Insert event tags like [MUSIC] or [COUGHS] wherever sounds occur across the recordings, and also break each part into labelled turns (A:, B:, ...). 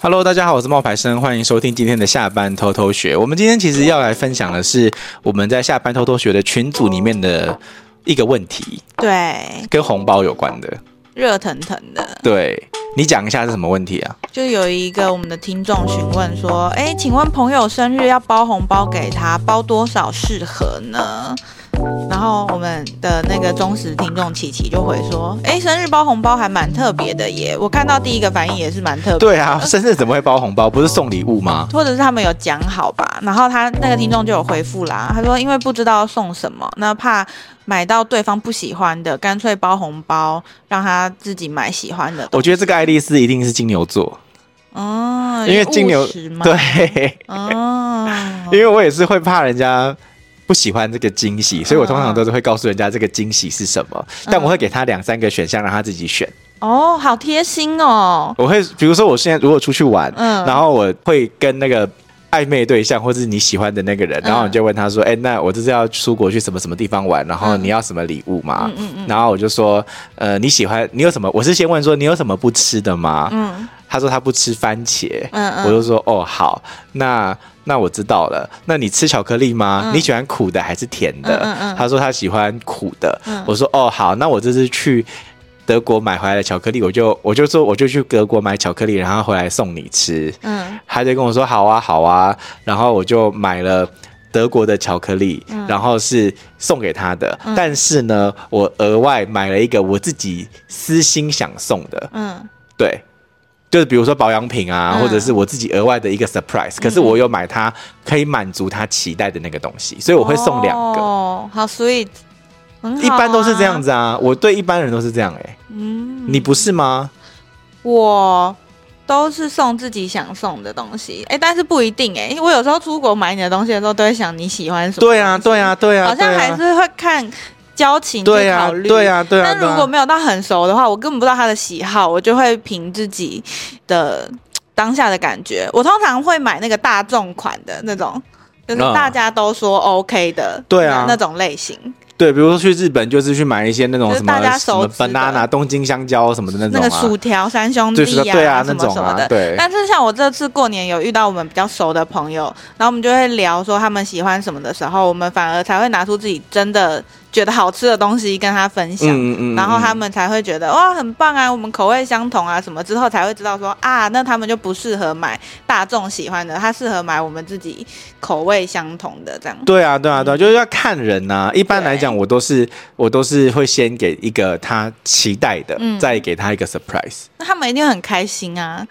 A: Hello，大家好，我是冒牌生，欢迎收听今天的下班偷偷学。我们今天其实要来分享的是我们在下班偷偷学的群组里面的一个问题，
B: 对，
A: 跟红包有关的。
B: 热腾腾的，
A: 对你讲一下是什么问题啊？
B: 就有一个我们的听众询问说，哎，请问朋友生日要包红包给他，包多少适合呢？然后我们的那个忠实听众琪琪就回说，哎，生日包红包还蛮特别的耶，我看到第一个反应也是蛮特别的
A: 对啊，生日怎么会包红包？不是送礼物吗？
B: 或者是他们有讲好吧，然后他那个听众就有回复啦，他说因为不知道送什么，那怕买到对方不喜欢的，干脆包红包让他自己买喜欢的东西。
A: 我觉得这个爱丽丝一定是金牛座，
B: 哦，
A: 因为金牛
B: 务实
A: [LAUGHS]
B: 嘛，
A: 对，
B: 哦，
A: 因为我也是会怕人家不喜欢这个惊喜，所以我通常都是会告诉人家这个惊喜是什么，但
B: 嗯
A: 我会给他两三个选项让他自己选。
B: 哦，好贴心哦，
A: 我会比如说我现在如果出去玩，
B: 嗯
A: 然后我会跟那个。暧昧对象或是你喜欢的那个人，
B: 嗯
A: 然后你就问他说：“哎、那我这次要出国去什么什么地方玩，然后你要什么礼物吗？”
B: 嗯嗯
A: 然后我就说：“呃，你喜欢你有什么？我是先问说你有什么不吃的吗？”
B: 嗯
A: 他说他不吃番茄，
B: 嗯嗯
A: 我就说：“哦，好，那那我知道了。那你吃巧克力吗？
B: 嗯
A: 你喜欢苦的还是甜的？”
B: 嗯嗯嗯
A: 他说他喜欢苦的，
B: 嗯
A: 我说：“哦，好，那我这次去德国买回来的巧克力，我就我就说我就去德国买巧克力，然后回来送你吃。
B: 嗯
A: 他就跟我说好啊好啊，然后我就买了。德国的巧克力，
B: 嗯
A: 然后是送给他的，但是呢，我额外买了一个我自己私心想送的，
B: 嗯
A: 对，就是比如说保养品啊，
B: 嗯
A: 或者是我自己额外的一个 surprise，、可是我有买他可以满足他期待的那个东西，所以我会送两个，
B: 哦，好 sweet，很好啊
A: 一般都是这样。子啊，我对一般人都是这样哎、
B: 嗯，
A: 你不是吗？
B: 我都是送自己想送的东西，哎，但是不一定哎，因为我有时候出国买你的东西的时候，都会想你喜欢什么。
A: 对啊，对啊，对啊，
B: 好像
A: 对啊
B: 还是会看交情
A: 对
B: 去
A: 啊
B: 考虑。
A: 对啊对啊
B: 但
A: 对啊
B: 如果没有到很熟的话，我根本不知道他的喜好，我就会凭自己的嗯当下的感觉。我通常会买那个大众款的那种。就是
A: 嗯
B: 大家都说哦 OK 的，
A: 对啊
B: 那那种类型，
A: 对，比如说去日本就是去买一些那种
B: 就是
A: 什么
B: 大家
A: 什么
B: 熟知的
A: banana 东京香蕉什么的那
B: 那
A: 种
B: 个
A: 啊
B: 薯，条三兄
A: 就是
B: 弟
A: 说
B: 呀、
A: 对啊
B: 什
A: 那
B: 么
A: 种
B: 什么
A: 啊
B: 的。
A: 对
B: 但是像我这次过年有遇到我们比较熟的朋友，然后我们就会聊说他们喜欢什么的时候，我们反而才会拿出自己真的觉得好吃的东西跟他分享。
A: 嗯嗯嗯，
B: 啊然后他
A: 嗯
B: 们才会觉得哇很棒啊，我们口味相同啊什么之后才会知道说啊，那他们就不适合买大众喜欢的，他适合买我们自己口味相同的这样。
A: 对啊，对啊，对啊，就是要看人呐、一般来讲，
B: 对
A: 我都是我都是会先给一个他期待的，
B: 嗯
A: 再给他一个 surprise。
B: 那他们一定很开心啊，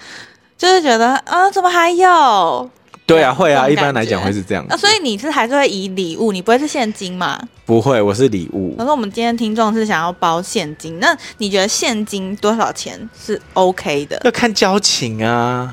B: 就是觉得啊怎么还有
A: 对啊，会啊，
B: 这种感觉
A: 一般来讲会是这样子。
B: 啊？所以你是还是会以礼物，你不会是现金嘛？
A: 不会，我是礼物
B: 可。是我们今天听众是想要包现金，那你觉得现金多少钱是 OK 的？
A: 要看交情啊，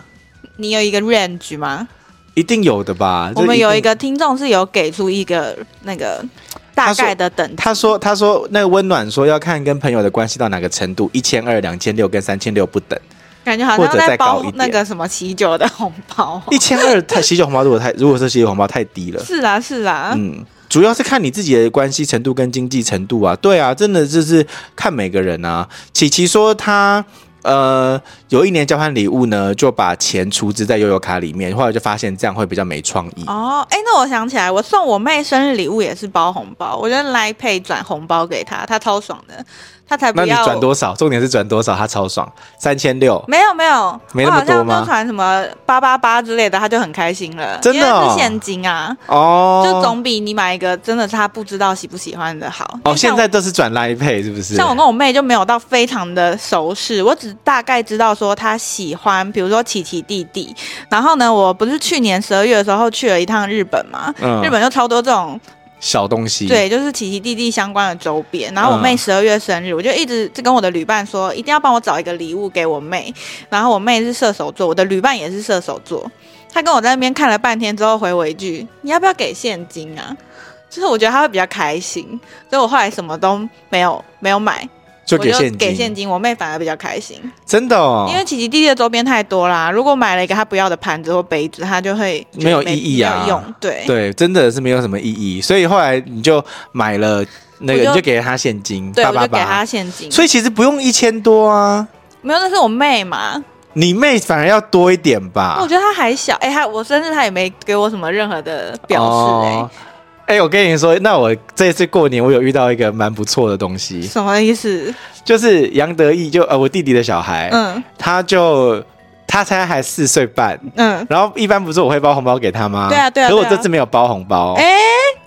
B: 你有一个 range 吗？
A: 一定有的吧？
B: 我们
A: 这
B: 有一
A: 定。
B: 个听众是有给出一个那个大概的等级，
A: 他说：“他说，那个温暖说要看跟朋友的关系到哪个程度，一千二、两千六跟三千六不等。
B: 感觉好像
A: 或者再
B: 在
A: 高
B: 包
A: 一点
B: 那个什么喜酒的红包、
A: 一千二太喜酒红包，如果太如果 [LAUGHS] 是喜酒红包太低了，
B: 是啊，是啊，
A: 嗯，主要是看你自己的关系程度跟经济程度啊。对啊，真的就是看每个人啊。琪琪说他呃有一年交换礼物呢，就把钱储值在悠游卡里面，后来就发现这样会比较没创意。
B: 哦，哎，那我想起来，我送我妹生日礼物也是包红包，我就来配转红包给她，她超爽的，她才不
A: 那你
B: 要。
A: 转多少？重点是转多少？他超爽，三千六。
B: 没有没有，
A: 没那
B: 我
A: 么
B: 好
A: 多
B: 像
A: 吗
B: 就传什么八八八之类的，她就很开心了，
A: 真的
B: 因为
A: 哦
B: 是现金啊，
A: 哦，
B: 就总比你买一个真的是她不知道喜不喜欢的好。因
A: 哦，
B: 为像
A: 现在都是转 Line Pay 是不是？
B: 像我跟我妹就没有到非常的熟识，我只大概知道说她喜欢，比如说琪琪弟弟。然后呢，我不是去年十二月的时候去了一趟日本嘛，
A: 嗯
B: 日本就超多这种
A: 小东西，，
B: 对，就是琪琪弟弟相关的周边。然后我妹
A: 嗯
B: 十二月生日，我就一直跟我的旅伴说，一定要帮我找一个礼物给我妹。然后我妹是射手座，我的旅伴也是射手座。她跟我在那边看了半天之后，回我一句：“你要不要给现金啊？”就是我觉得她会比较开心，所以我后来什么都没有没有买，
A: 就给现
B: 我就
A: 金，
B: 给现金，我妹反而比较开心，
A: 真的哦，
B: 因为琪琪弟弟的周边太多啦。如果买了一个她不要的盘子或杯子，她就会觉得
A: 没有意义啊
B: 没有用对。
A: 对，真的是没有什么意义，所以后来你就买了那个，
B: 我就
A: 你就给了他现金，
B: 对，
A: 八
B: 我
A: 八
B: 就给
A: 八
B: 她，现金，
A: 所以其实不用一千多啊，啊
B: 没有，那是我妹嘛。
A: 你妹反而要多一点吧
B: 我？觉得他还小，哎、他我生日他也没给我什么任何的表示、哎、
A: 哦哎、我跟你说，那我这次过年我有遇到一个蛮不错的东西，
B: 什么意思？
A: 就是杨德义就，呃我弟弟的小孩，
B: 嗯
A: 他就他才还四岁半，
B: 嗯，
A: 然后一般不是我会包红包给他吗？
B: 对啊对啊
A: 可是我
B: 对啊
A: 这次没有包红包，
B: 哎、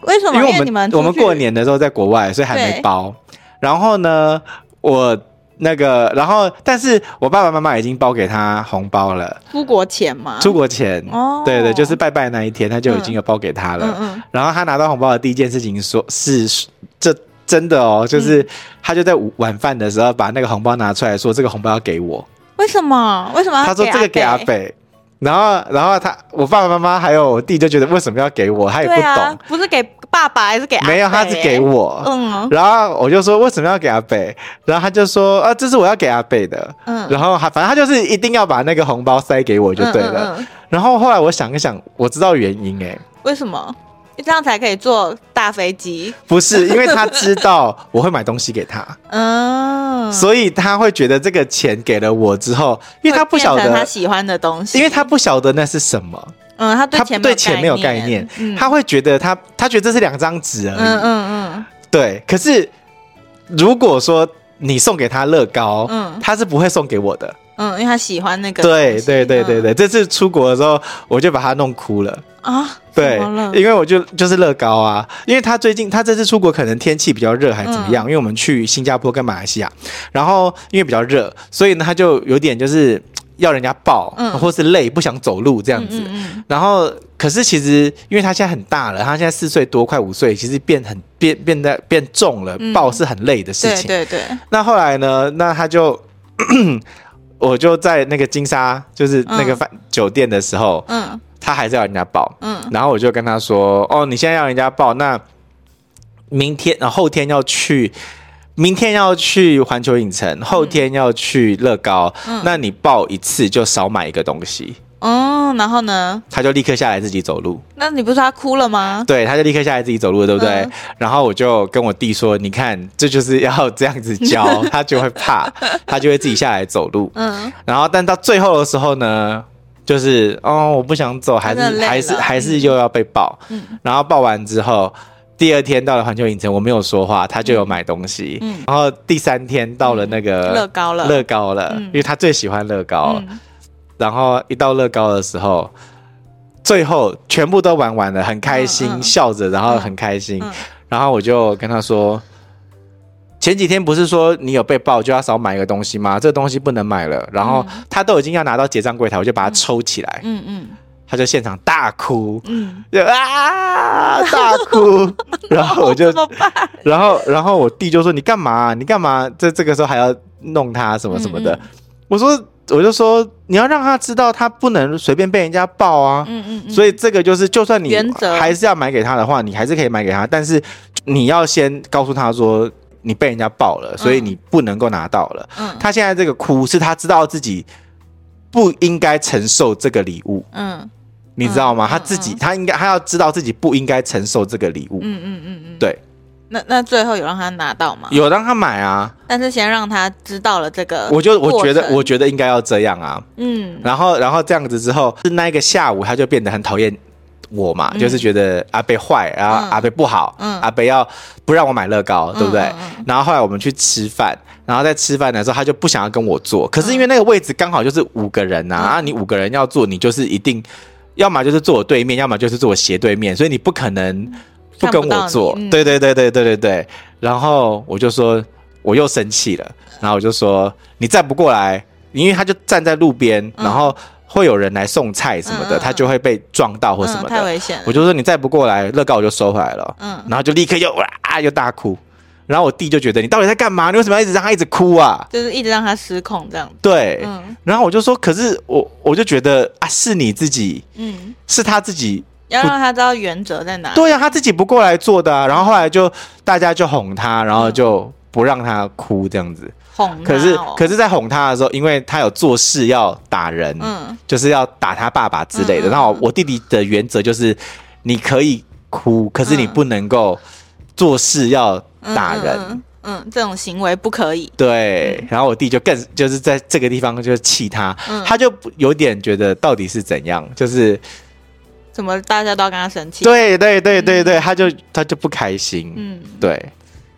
B: 为 [LAUGHS] 什么？
A: 哦因
B: 因
A: 为我
B: 你
A: 们
B: 们
A: 我们
B: 出去
A: 过年的时候在国外，所以还没
B: 对
A: 包。然后呢，我那个，然后但是我爸爸妈妈已经包给他红包了，
B: 出国前嘛，
A: 出国前，
B: 啊哦
A: 对对，就是拜拜那一天，他就已经有包给他了。
B: 嗯嗯，
A: 然后他拿到红包的第一件事情说是这。真的哦，
B: 嗯
A: 就是他就在午晚饭的时候把那个红包拿出来说，这个红包要给我。
B: 为什么？为什么要
A: 他说这个给阿
B: 啊北，
A: 北，然后然后他我爸爸妈妈还有我弟就觉得为什么要给我，他也不
B: 对
A: 懂，
B: 啊，不是给爸爸还是给阿
A: 没有他
B: 北
A: 是给，我，
B: 嗯
A: 然后我就说为什么要给阿北？然后他就说啊，这是我要给阿北的。
B: 嗯，
A: 然后他反正他就是一定要把那个红包塞给我就对了。
B: 嗯嗯嗯
A: 然后后来我想一想，我知道原因哎、
B: 为什么？这样才可以坐大飞机，
A: 不是因为他知道我会买东西给他，
B: [LAUGHS] 嗯，
A: 所以他会觉得这个钱给了我之后，因为他不晓
B: 会变成他
A: 得，
B: 喜欢的东西，
A: 因为他不晓得那是什么，
B: 嗯，他对
A: 他
B: 钱
A: 对钱没有概念，
B: 嗯
A: 他会觉得他他觉得这是两张纸而已。
B: 嗯嗯
A: 对，可是如果说你送给他乐高，
B: 嗯
A: 他是不会送给我的。
B: 嗯嗯，因为他喜欢那个东
A: 对
B: 西，
A: 对对对
B: 嗯
A: 对，这次出国的时候，我就把他弄哭了。
B: 啊，
A: 对
B: 怎么，了
A: 因为我就就是乐高啊，因为他最近他这次出国可能天气比较热还是怎么
B: 嗯
A: 样，因为我们去新加坡跟马来西亚，然后因为比较热，所以呢他就有点就是嘖要人家抱，
B: 嗯
A: 或是累不想走路这样子。
B: 嗯
A: 然后可是其实因为他现在很大了，他现在四岁多快五岁，其实变很变变得变重了，
B: 嗯
A: 抱是很累的事
B: 对
A: 情。
B: 对对，
A: 那后来呢？那他就， [COUGHS] 我就在那个金沙，就是那个饭、酒店的时候，
B: 嗯
A: 他还是要人家抱。
B: 嗯
A: 然后我就跟他说：“哦，你现在要人家抱，那明天、呃、后天要去，明天要去环球影城，后天要去乐高。
B: 嗯
A: 那你抱一次就少买一个东西。”
B: 嗯，然后呢？
A: 他就立刻下来自己走路，
B: 那你不是说他哭了吗？
A: 对，他就立刻下来自己走路了，对不对？
B: 嗯
A: 然后我就跟我弟说：“你看，这就是要这样子
B: [LAUGHS]
A: 教，他就会怕，他就会自己下来走路。”
B: 嗯，
A: 然后但到最后的时候呢，就是哦，我不想走，还
B: 真的
A: 是
B: 累了
A: 还是
B: 嗯
A: 还是又要被抱。然后抱完之后，第二天到了环球影城，我没有说话，他就有买东西。
B: 嗯
A: 然后第三天到了那个
B: 乐高了，
A: 乐高了，
B: 嗯
A: 因为他最喜欢乐高。
B: 嗯
A: 然后一到乐高的时候。最后全部都玩完了，很开心，
B: 嗯嗯
A: 笑着，然后
B: 嗯
A: 很开心。
B: 嗯
A: 然后我就跟他说，前几天不是说你有被爆就要少买一个东西吗？这个东西不能买了。然后他都已经要拿到结账柜台，我就把他抽起来，
B: 嗯嗯
A: 他就现场大哭，
B: 嗯，
A: 就啊
B: [LAUGHS]
A: 大哭。
B: 啊
A: 然后我就
B: 怎，么办？
A: 然后然后我弟就说你干嘛、你干嘛在这个时候还要弄他什么什么的？
B: 嗯
A: 我说我就说你要让他知道他不能随便被人家爆啊。
B: 嗯嗯
A: [LAUGHS]
B: 嗯，
A: 所以这个就是，就算你
B: 原则
A: 还是要买给他的话，你还是可以买给他，但是你要先告诉他说你被人家爆了，所以你不能够拿到了。
B: 嗯
A: 他现在这个哭是他知道自己不应该承受这个礼物，
B: 嗯
A: 你知道吗？
B: 嗯
A: 他自己他应该他要知道自己不应该承受这个礼物。
B: 嗯嗯嗯嗯，
A: 对，
B: 那那最后有让他拿到吗？
A: 有让他买啊，
B: 但是先让他知道了这个过程，
A: 我就我觉得我觉得应该要这样啊。
B: 嗯
A: 然后然后这样子之后，是那一个下午他就变得很讨厌我嘛，
B: 嗯
A: 就是觉得阿贝坏，然后
B: 嗯
A: 阿贝不好，
B: 嗯
A: 阿贝要不让我买乐高，
B: 嗯
A: 对不对？
B: 嗯嗯
A: 然后后来我们去吃饭，然后在吃饭的时候他就不想要跟我坐，可是因为那个位置刚好就是五个人呐、啊，
B: 嗯
A: 啊你五个人要坐，你就是一定要么就是坐我对面，要么就是坐我斜对面，所以你不可能不跟我坐。
B: 看不到你嗯
A: 对对对对对对对。然后我就说我又生气了，然后我就说你再不过来，因为他就站在路边，
B: 嗯
A: 然后会有人来送菜什么的，
B: 嗯嗯嗯
A: 他就会被撞到或什么
B: 嗯、太
A: 的。
B: 危险
A: 我
B: 了，
A: 就说你再不过来，乐高我就收回来了。
B: 嗯
A: 然后就立刻又啊又大哭，然后我弟就觉得你到底在干嘛？你为什么要一直让他一直哭啊？
B: 就是一直让他失控这样子，
A: 对，
B: 嗯
A: 然后我就说，可是我我就觉得啊，是你自己，
B: 嗯，
A: 是他自己，
B: 要让他知道原则在哪里，
A: 对呀、啊，他自己不过来做的啊。然后后来就大家就哄他，然后就不让他哭这样子。
B: 哄他
A: 可是
B: 哦
A: 可是，在哄他的时候，因为他有做事要打人，
B: 嗯
A: 就是要打他爸爸之类的。
B: 嗯嗯
A: 然后我弟弟的原则就是，你可以哭，可是你
B: 嗯
A: 不能够做事要打人。
B: 嗯嗯嗯嗯，这种行为不可以。
A: 对，然后我弟就更就是在这个地方就气他，
B: 嗯
A: 他就不有点觉得到底是怎样，就是
B: 怎么大家都要跟他生气？，
A: 对对对对对，他就他就不开心，
B: 嗯，
A: 对，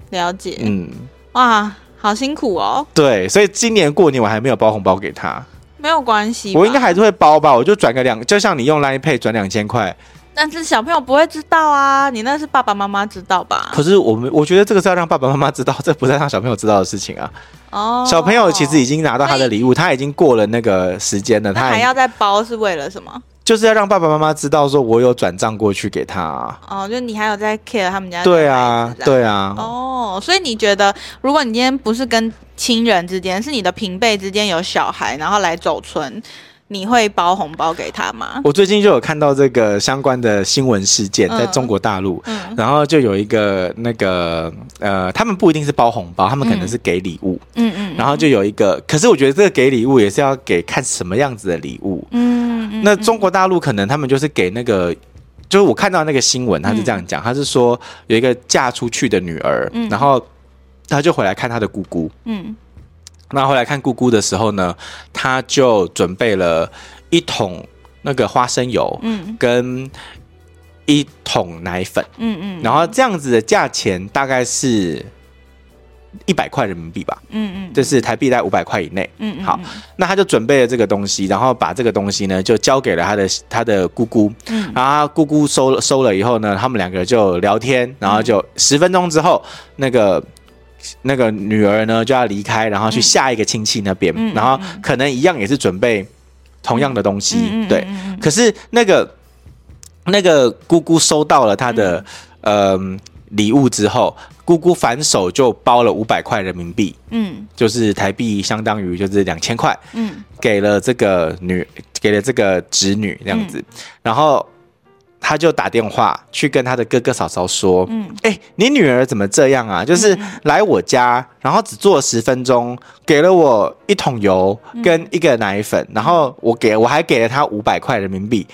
B: 了解。
A: 嗯
B: 哇，好辛苦哦，
A: 对，所以今年过年我还没有包红包给他，
B: 没有关系吧。
A: 我应该还是会包吧，我就转个两，就像你用 Line Pay 转两千块，
B: 但是小朋友不会知道啊，你那是爸爸妈妈知道吧？
A: 可是我们我觉得这个是要让爸爸妈妈知道，这不是让小朋友知道的事情啊。
B: 哦，
A: 小朋友其实已经拿到他
B: 所
A: 的
B: 以
A: 礼物，他已经过了那个时间了，
B: 那
A: 他
B: 哦还
A: 已
B: 要再包是为了什么？
A: 就是要让爸爸妈妈知道说我有转账过去给他啊、
B: 哦，就你还有在 care 他们家的
A: 对啊
B: 孩子，这样。
A: 对啊，
B: 哦，所以你觉得，如果你今天不是跟亲人之间，是你的平辈之间有小孩，然后来走村，你会包红包给他吗？
A: 我最近就有看到这个相关的新闻事件，
B: 嗯
A: 在中国大陆，
B: 嗯
A: 然后就有一个那个呃，他们不一定是包红包，他们可能
B: 嗯
A: 是给礼物，
B: 嗯嗯，
A: 然后就有一个，可是我觉得这个给礼物也是要给看什么样子的礼物。
B: 嗯嗯，
A: 那中国大陆可能他们就是给那个。就是我看到那个新闻，他是这样讲，他是说有一个嫁出去的女儿，
B: 嗯
A: 然后他就回来看他的姑姑，
B: 嗯
A: 那后来看姑姑的时候呢，他就准备了一桶那个花生油
B: 嗯
A: 跟一桶奶粉，
B: 嗯嗯，
A: 然后这样子的价钱大概是一百块人民币吧，
B: 嗯嗯
A: 就是台币在五百块以内。
B: 嗯嗯
A: 好，那他就准备了这个东西，然后把这个东西呢就交给了他的他的姑姑，
B: 嗯
A: 然后他姑姑收了收了以后呢，他们两个就聊天，然后就十分钟之后，那个那个女儿呢就要离开，然后去下一个亲戚那边，
B: 嗯
A: 然后可能一样也是准备同样的东西，
B: 嗯
A: 对。
B: 嗯
A: 可是那个那个姑姑收到了她的嗯、礼物之后，姑姑反手就包了五百块人民币，
B: 嗯
A: 就是台币相当于就是两千块，
B: 嗯
A: 给了这个女，给了这个侄女这样子，然后他就打电话去跟他的哥哥嫂嫂说：“
B: 嗯
A: 哎、你女儿怎么这样啊？就是来我家，然后只做十分钟，给了我一桶油跟一个奶粉，然后我给我还给了她五百块人民币。”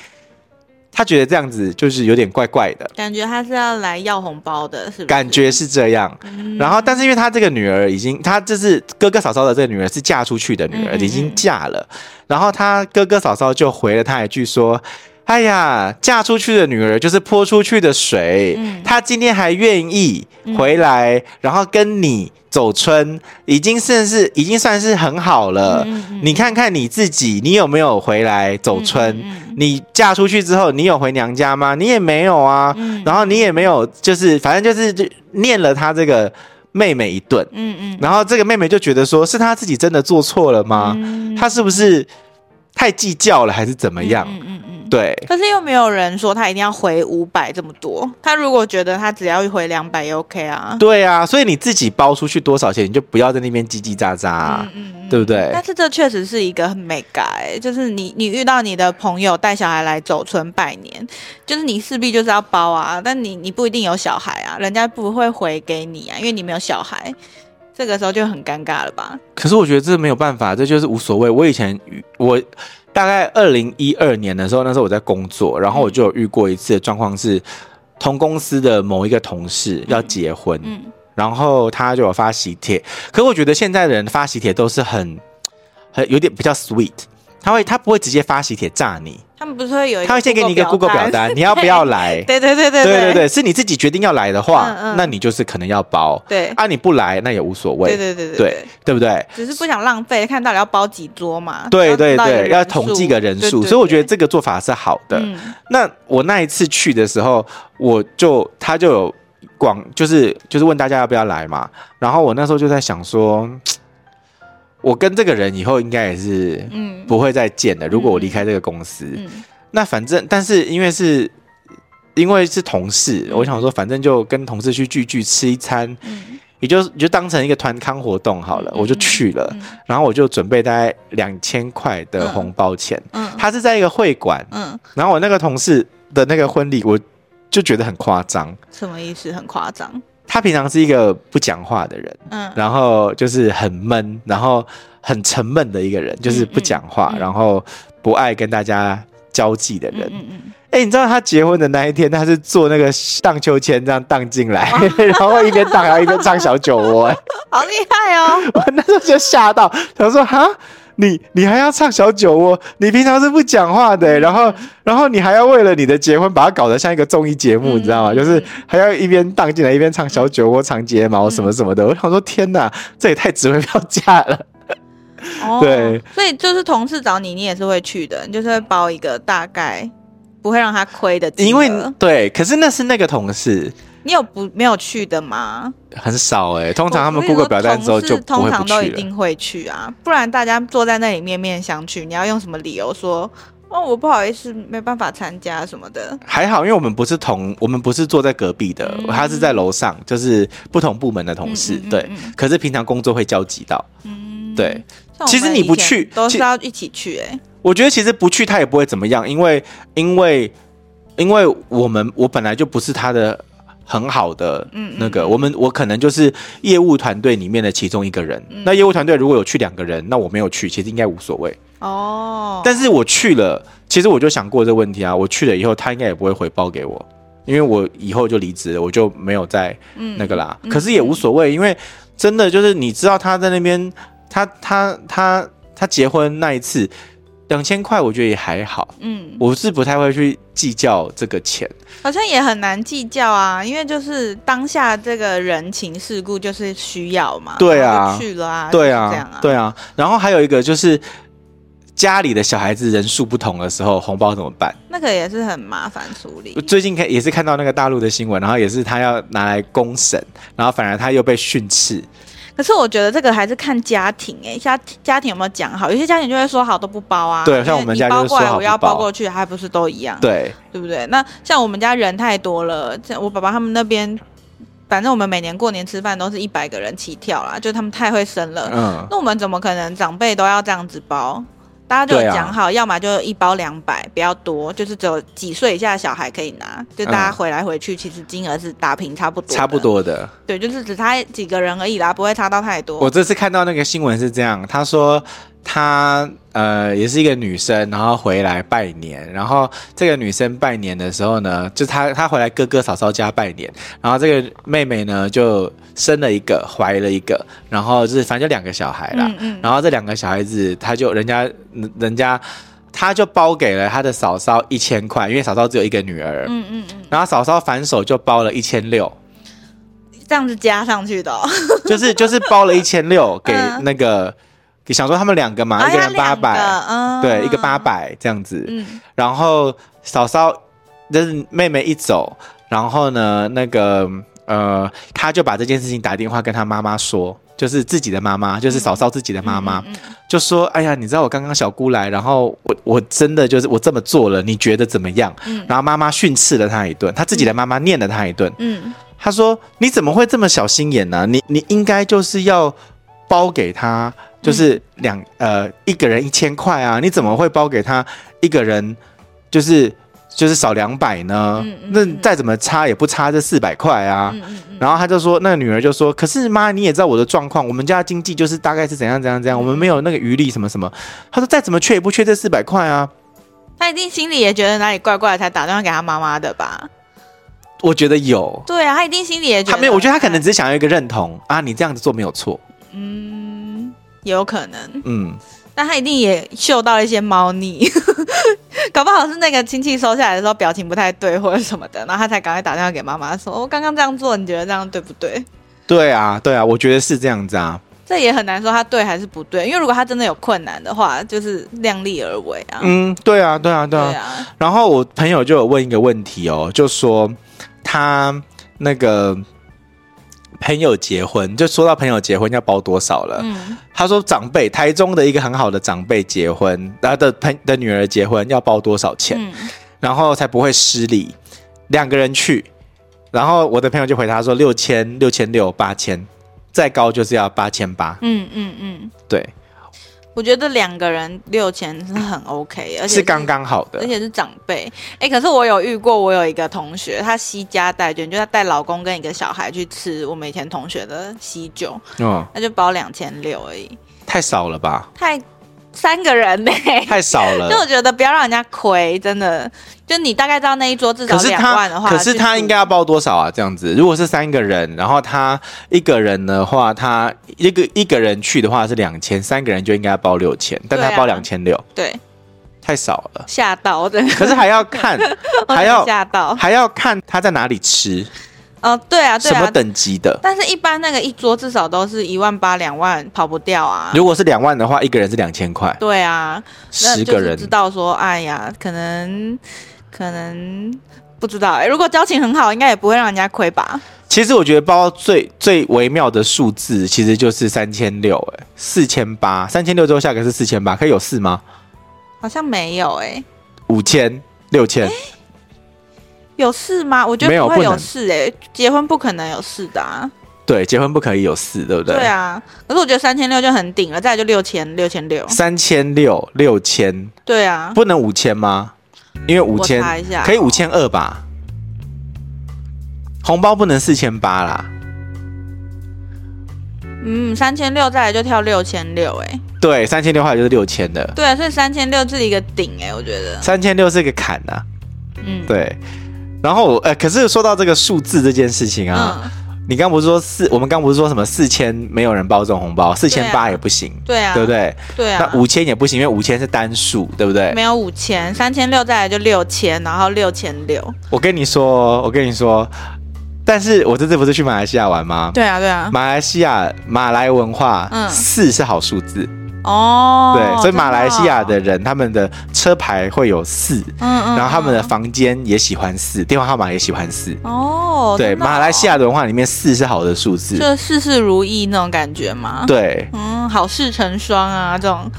A: 他觉得这样子就是有点怪怪的，
B: 感觉他是要来要红包的，是不是？嗯
A: 感觉是这样。然后，但是因为她这个女儿已经，她就是哥哥嫂嫂的这个女儿是嫁出去的女儿，
B: 嗯嗯嗯
A: 已经嫁了。然后她哥哥嫂嫂就回了她一句说：“哎呀，嫁出去的女儿就是泼出去的水，
B: 嗯
A: 她今天还愿意回来，然后跟你走村，已经算是已经算是很好了。
B: 嗯嗯嗯
A: 你看看你自己，你有没有回来走村？
B: 嗯嗯
A: 你嫁出去之后，你有回娘家吗？你也没有啊。
B: 嗯
A: 然后你也没有，就是反正就是就念了她这个妹妹一顿。
B: 嗯嗯
A: 然后这个妹妹就觉得说，是她自己真的做错了吗？
B: 嗯
A: 她是不是太计较了，还是怎么样？
B: 嗯嗯嗯。
A: 对，
B: 可是又没有人说他一定要回五百这么多，他如果觉得他只要回两百也 OK 啊。 [LAUGHS]
A: 对啊，所以你自己包出去多少钱，你就不要在那边叽叽喳喳、
B: 嗯嗯嗯
A: 对不对
B: 但是这确实是一个很美感、欸，就是你你遇到你的朋友带小孩来走村拜年，就是你势必就是要包啊，但你你不一定有小孩啊，人家不会回给你啊，因为你没有小孩，这个时候就很尴尬了吧？
A: 可是我觉得这没有办法，这就是无所谓。我以前我大概二零一二年的时候，那时候我在工作，然后我就有遇过一次的状况是，同公司的某一个同事要结婚，
B: 嗯
A: 然后他就有发喜帖。可我觉得现在的人发喜帖都是很很有点比较 sweet，他会他不会直接发喜帖炸你，
B: 他们不是会有一
A: 他会先给你一个 Google 表
B: [LAUGHS]
A: 单，你要不要来？
B: 对对对
A: 对
B: 对对
A: 对对，是你自己决定要来的话，
B: 嗯嗯
A: 那你就是可能要包。
B: 对
A: 啊，你不来那也无所谓，
B: 对对对对
A: 对
B: 对，
A: 对不对？
B: 只是不想浪费，看到底要包几桌嘛？
A: 对
B: 要
A: 对
B: 知道有
A: 对，
B: 人
A: 要统计个人
B: 对
A: 数，
B: 对
A: 所以我觉得
B: 对
A: 这个做法是好的。
B: 嗯
A: 那我那一次去的时候，我就他就有广，就是就是问大家要不要来嘛。然后我那时候就在想说，我跟这个人以后应该也是
B: 嗯
A: 不会再见的。如果我离开这个公司，
B: 嗯
A: 那反正但是因为是。因为是同事，我想说，反正就跟同事去聚聚，吃一餐，
B: 嗯
A: 也就你就当成一个团康活动好了，
B: 嗯
A: 我就去了。
B: 嗯
A: 然后我就准备大概两千块的红包钱。
B: 嗯
A: 他是在一个会馆，
B: 嗯，
A: 然后我那个同事的那个婚礼，我就觉得很夸张。
B: 什么意思？很夸张。
A: 他平常是一个不讲话的人，
B: 嗯
A: 然后就是很闷，然后很沉闷的一个人，就是不讲话，
B: 嗯嗯嗯
A: 然后不爱跟大家交际的人。
B: 嗯嗯
A: 哎、你知道他结婚的那一天，他是坐那个荡秋千这样荡进来， [LAUGHS] 然后一边荡，然后一边唱小酒窝、哎 [LAUGHS]
B: 好厉害哦！
A: 我那时候就吓到，想说哈，你你还要唱小酒窝？你平常是不讲话的、
B: 嗯
A: 然后然后你还要为了你的结婚把它搞得像一个综艺节目，
B: 嗯
A: 你知道吗？就是还要一边荡进来一边唱小酒窝、长睫毛什么什么
B: 嗯
A: 的。我想说，天哪，这也太值回票价了。
B: 哦
A: 对，
B: 所以就是同事找你，你也是会去的，你就是会包一个大概不会让他亏的金额。
A: 因为对，可是那是那个同事。
B: 你有不没有去的吗？
A: 很少哎、通常他们
B: 我
A: Google 表单之后就
B: 我跟你说
A: 不
B: 同
A: 会
B: 事通
A: 不
B: 常都
A: 去
B: 一
A: 了。
B: 定会去啊，不然大家坐在那里面面相觑，你要用什么理由说？哦，我不好意思，没办法参加什么的。
A: 还好，因为我们不是同，我们不是坐在隔壁的，
B: 嗯
A: 他是在楼上，就是不同部门的同事。
B: 嗯嗯嗯
A: 对，
B: 嗯
A: 可是平常工作会交集到。
B: 嗯，
A: 对，
B: 像我们
A: 其实你不去
B: 以前都
A: 其
B: 是要一起去、欸，哎，
A: 我觉得其实不去他也不会怎么样，因为因为因为我们我本来就不是他的很好的
B: 嗯嗯
A: 那个，我们我可能就是业务团队里面的其中一个人。
B: 嗯
A: 那业务团队如果有去两个人，那我没有去，其实应该无所谓。
B: 哦，
A: 但是我去了，其实我就想过这个问题啊，我去了以后，他应该也不会回报给我。因为我以后就离职了，我就没有再
B: 嗯
A: 那个啦。
B: 嗯
A: 可是也无所谓，因为真的就是你知道他在那边，他他他他结婚那一次，两千块我觉得也还好，
B: 嗯，
A: 我是不太会去计较这个钱。
B: 好像也很难计较啊，因为就是当下这个人情世故就是需要嘛，
A: 对啊
B: 然后就去了啊，
A: 对
B: 就是这样
A: 啊
B: 啊，，
A: 对啊。然后还有一个就是家里的小孩子人数不同的时候，红包怎么办？
B: 那个也是很麻烦处理
A: 我，最近看也是看到那个大陆的新闻，然后也是他要拿来公审，然后反而他又被训斥。
B: 可是我觉得这个还是看家庭哎、家家庭有没有讲好？有些家庭就会说好都不包啊，
A: 对
B: 因为
A: 像我们
B: 你
A: 家就是
B: 包过
A: 说
B: 来，
A: 好
B: 我要
A: 不包
B: 包过去，还不是都一样，
A: 对，
B: 对不对？那像我们家人太多了，像我爸爸他们那边，反正我们每年过年吃饭都是一百个人起跳啦，就他们太会生了。
A: 嗯，
B: 那我们怎么可能长辈都要这样子包？大家就
A: 对
B: 有
A: 啊
B: 讲好，要么就一包两百，不要多，就是只有几岁以下的小孩可以拿，就大家
A: 嗯
B: 回来回去，其实金额是打平差不多，
A: 差不，多的。
B: 对，就是只差几个人而已啦，不会差到太多。
A: 我这次看到那个新闻是这样，她说她呃也是一个女生，然后回来拜年，然后这个女生拜年的时候呢，就她她回来哥哥嫂嫂家拜年，然后这个妹妹呢就生了一个，怀了一个，然后就是反正就两个小孩啦，
B: 嗯嗯
A: 然后这两个小孩子，他就人家人家他就包给了他的嫂嫂一千块，因为嫂嫂只有一个女儿，
B: 嗯嗯嗯，
A: 然后嫂嫂反手就包了一千六。
B: 这样子加上去的、哦，
A: 就是就是包了一千六给
B: [LAUGHS] 嗯
A: 那个，给想说他们两个嘛，
B: 啊
A: 一个人
B: 要
A: 八
B: 两个
A: 百，
B: 嗯，
A: 对，一个八，百这样子。
B: 嗯，
A: 然后嫂嫂就是妹妹一走，然后呢，那个呃，她就把这件事情打电话跟她妈妈说，就是自己的妈妈，就是嫂嫂自己的妈妈，
B: 嗯嗯，嗯嗯
A: 就说：“哎呀，你知道我刚刚小姑来，然后我我真的就是我这么做了，你觉得怎么样？”
B: 嗯
A: 然后妈妈训斥了她一顿，她自己的妈妈念了她一顿。
B: 嗯，
A: 他说：“你怎么会这么小心眼呢、你你应该就是要包给他，就是两、呃一个人一千块啊，你怎么会包给他一个人就是就是少两百呢？
B: 嗯嗯
A: 那
B: 嗯
A: 再怎么差也不差这四百块啊。
B: 嗯嗯嗯
A: 然后他就说，那个女儿就说：“可是妈，你也知道我的状况，我们家经济就是大概是怎样怎样怎样，
B: 嗯
A: 我们没有那个余力什么什么。”他说：“再怎么缺也不缺这四百块啊。
B: 他一定心里也觉得哪里怪怪，才打电话给他妈妈的吧？”
A: 我觉得有，
B: 对啊，他一定心里也觉得，
A: 他没有，我觉得他可能只是想要一个认同啊，你这样子做没有错，
B: 嗯，也有可能，
A: 嗯。
B: 但他一定也嗅到了一些猫腻， [LAUGHS] 搞不好是那个亲戚收下来的时候表情不太对或者什么的，然后他才赶快打电话给妈妈说：“我、哦刚刚这样做，你觉得这样对不对
A: 对啊，对啊，我觉得是这样子啊。？”
B: 这也很难说他对还是不对，因为如果他真的有困难的话，就是量力而为啊。
A: 嗯，对啊，对啊，对
B: 对
A: 啊。
B: 啊，
A: 然后我朋友就有问一个问题哦，就说他那个朋友结婚，就说到朋友结婚要包多少了。
B: 嗯，
A: 他说长辈台中的一个很好的长辈结婚，他的朋的女儿结婚要包多少钱，
B: 嗯
A: 然后才不会失礼。两个人去，然后我的朋友就回答说六千、六千六、八千，再高就是要八千八。
B: 嗯嗯嗯，
A: 对，
B: 我觉得两个人六千是很 OK，而且
A: 是刚。刚好的
B: 而。且是长辈。哎、可是我有遇过，我有一个同学，她惜家带眷，就她带老公跟一个小孩去吃我们以前同学的喜酒，
A: 哦，
B: 那就包两千六而已， [LAUGHS]
A: 太少了吧？
B: 太三个人呢、
A: 太少
B: [LAUGHS] 就
A: 了。
B: 我觉得不要让人家亏，真的。就你大概知道那一桌至少
A: 可是
B: 两
A: 他
B: 万的，话，
A: 可是他
B: 就
A: 应该要报多少啊？这样子，如果是三个人，然后他一个人的话，他一个一个人去的话是两千，三个人就应该要报六千，但他
B: 对啊
A: 报两千六，
B: 对
A: 太少了。
B: 吓到我真的，
A: 可是还要
B: [LAUGHS]
A: 看，
B: 我
A: 还
B: 真的
A: 要
B: 吓到。
A: 还要看他在哪里吃，
B: 哦，对啊，哦对
A: 什么
B: 啊。
A: 等级的。
B: 但是，一般那个一桌至少都是一万八、两万，跑不掉啊。
A: 如果是两万的话，一个人是两千块，
B: 对啊，那
A: 十
B: 就
A: 个
B: 是
A: 人
B: 知道说，哎呀，可能可能不知道、欸。如果交情很好，应该也不会让人家亏吧？
A: 其实我觉得包到最最微妙的数字，其实就是三千六，哎，四千八，三千六之后下个是四千八，可以有四吗？
B: 好像没有哎、欸
A: 五千、六千，
B: 有事吗？我觉
A: 没
B: 得
A: 有
B: 不会
A: 不能
B: 有事哎、欸结婚不可能有事的啊。
A: 对，结婚不可以有四，对不对？
B: 对，啊，可是我觉得三千六就很顶了，再来就六千、六千六。
A: 三千六、六千，
B: 对啊，
A: 不能五千吗？因为五
B: 我
A: 千
B: 查一下
A: 可以五千二吧？红包不能四千八啦，
B: 嗯，三千六再来就跳六千六哎。
A: 对，三千六的话就是六千的，
B: 对啊，所以三千六是一个顶哎、欸我觉得。
A: 三千六是个坎呐、
B: 嗯，
A: 对。然后我，呃，可是说到这个数字这件事情啊，
B: 嗯，
A: 你刚不是说四？我们刚不是说什么四千没有人包这种红包，四千八也不行，
B: 啊对啊，
A: 对不对？
B: 对啊，
A: 那五千也不行，因为五千是单数，对不对？
B: 没有五千，三千六再来就六千，然后六千六。
A: 我跟你说，我跟你说，但是我这次不是去马来西亚玩吗？
B: 对啊，对啊。
A: 马来西亚马来文化，
B: 嗯
A: 四是好数字，
B: 哦，
A: 对，所以马来西亚
B: 真
A: 的人他们的车牌会有四，
B: 哦，嗯嗯，
A: 然后他们的
B: 嗯
A: 房间也喜欢四，电话号码也喜欢四。
B: 哦，
A: 对，
B: 真的哦
A: 马来西亚的文化里面四是好的数字，
B: 就事事如意那种感觉嘛。，
A: 对，
B: 嗯，好事成双啊，这种，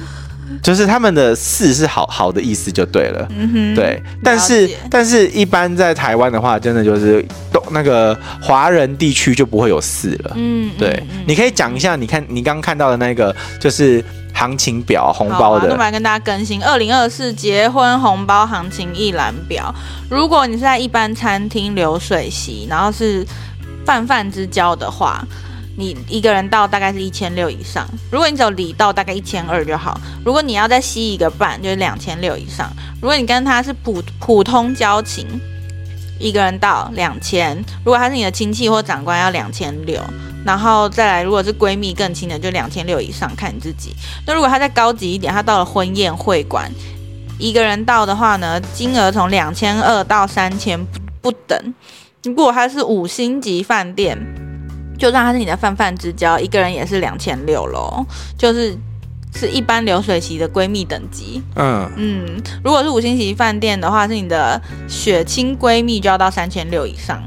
A: 就是他们的四是好好的意思就对了。
B: 嗯哼，
A: 对，但是
B: 解
A: 但是一般在台湾的话，真的就是东那个华人地区就不会有四了。
B: 嗯，嗯，
A: 对，你可以讲一下，你看你刚看到的那个就是行情表红
B: 好
A: 包
B: 啊那
A: 的
B: 我们，来跟大家更新二零二四结婚红包行情一览表。如果你是在一般餐厅流水席，然后是泛泛之交的话，你一个人到大概是一千六以上。如果你只有礼到，大概一千二就好。如果你要再吸一个半，就是两千六以上。如果你跟他是普普通交情，一个人到两千；如果他是你的亲戚或长官，要两千六。然后再来，如果是闺蜜更亲的，就两千六以上，看你自己。那如果他再高级一点，他到了婚宴会馆，一个人到的话呢，金额从两千二到三千不等。如果他是五星级饭店，就算他是你的泛泛之交，一个人也是两千六喽，就是是一般流水席的闺蜜等级。
A: 嗯，
B: 嗯，如果是五星级饭店的话，是你的血亲闺蜜就要到三千六以上，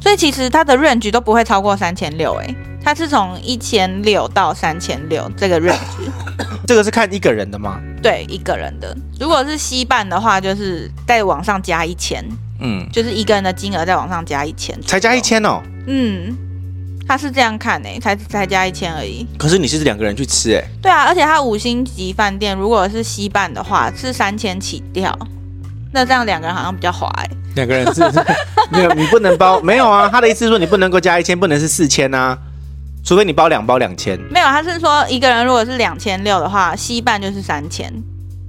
B: 所以其实它的 range 都不会超过三千六，哎，它是从一千六到三千六这个 range，
A: 这个是看一个人的吗？
B: 对一个人的。如果是西半的话，就是再往上加一千，
A: 嗯，
B: 就是一个人的金额再往上加一千，
A: 才加一，千哦，
B: 嗯，他是这样看诶、才才加一千而已。
A: 可是你是两个人去吃，哎，
B: 对啊，而且它五星级饭店如果是西半的话，是三千起跳，那这样两个人好像比较划哎、
A: 两个人 [LAUGHS] 是没有，你不能包，没有啊，他的意思是说你不能够加一千，不能是四千啊，除非你包两包两千，
B: 没有，他是说一个人如果是两千六的话，西半就是三千，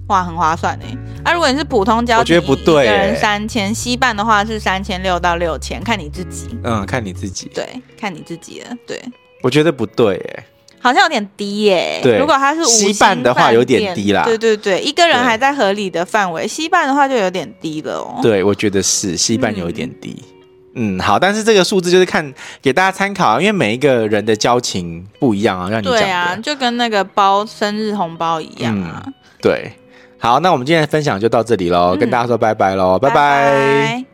B: 哇，很划算哎。啊，如果你是普通交情，
A: 我觉得不对
B: 一个
A: 欸
B: 人三千，西半的话是三千六到六千，看你自己，
A: 嗯，看你自己，
B: 对，看你自己了，对，
A: 我觉得不对，哎，
B: 好像有点低耶、
A: 对
B: 如果他是五星
A: 西半的话有点低啦
B: 饭店对对对，一个人
A: 对
B: 还在合理的范围，西半的话就有点低了哦。
A: 对，我觉得是西半有一点低。嗯好，但是这个数字就是看给大家参考啊，因为每一个人的交情不一样啊，让你讲
B: 对啊，
A: 的。
B: 就跟那个包生日红包一样
A: 嗯
B: 啊。
A: 对，好，那我们今天的分享就到这里喽，跟
B: 嗯
A: 大家说拜拜喽，拜拜
B: 拜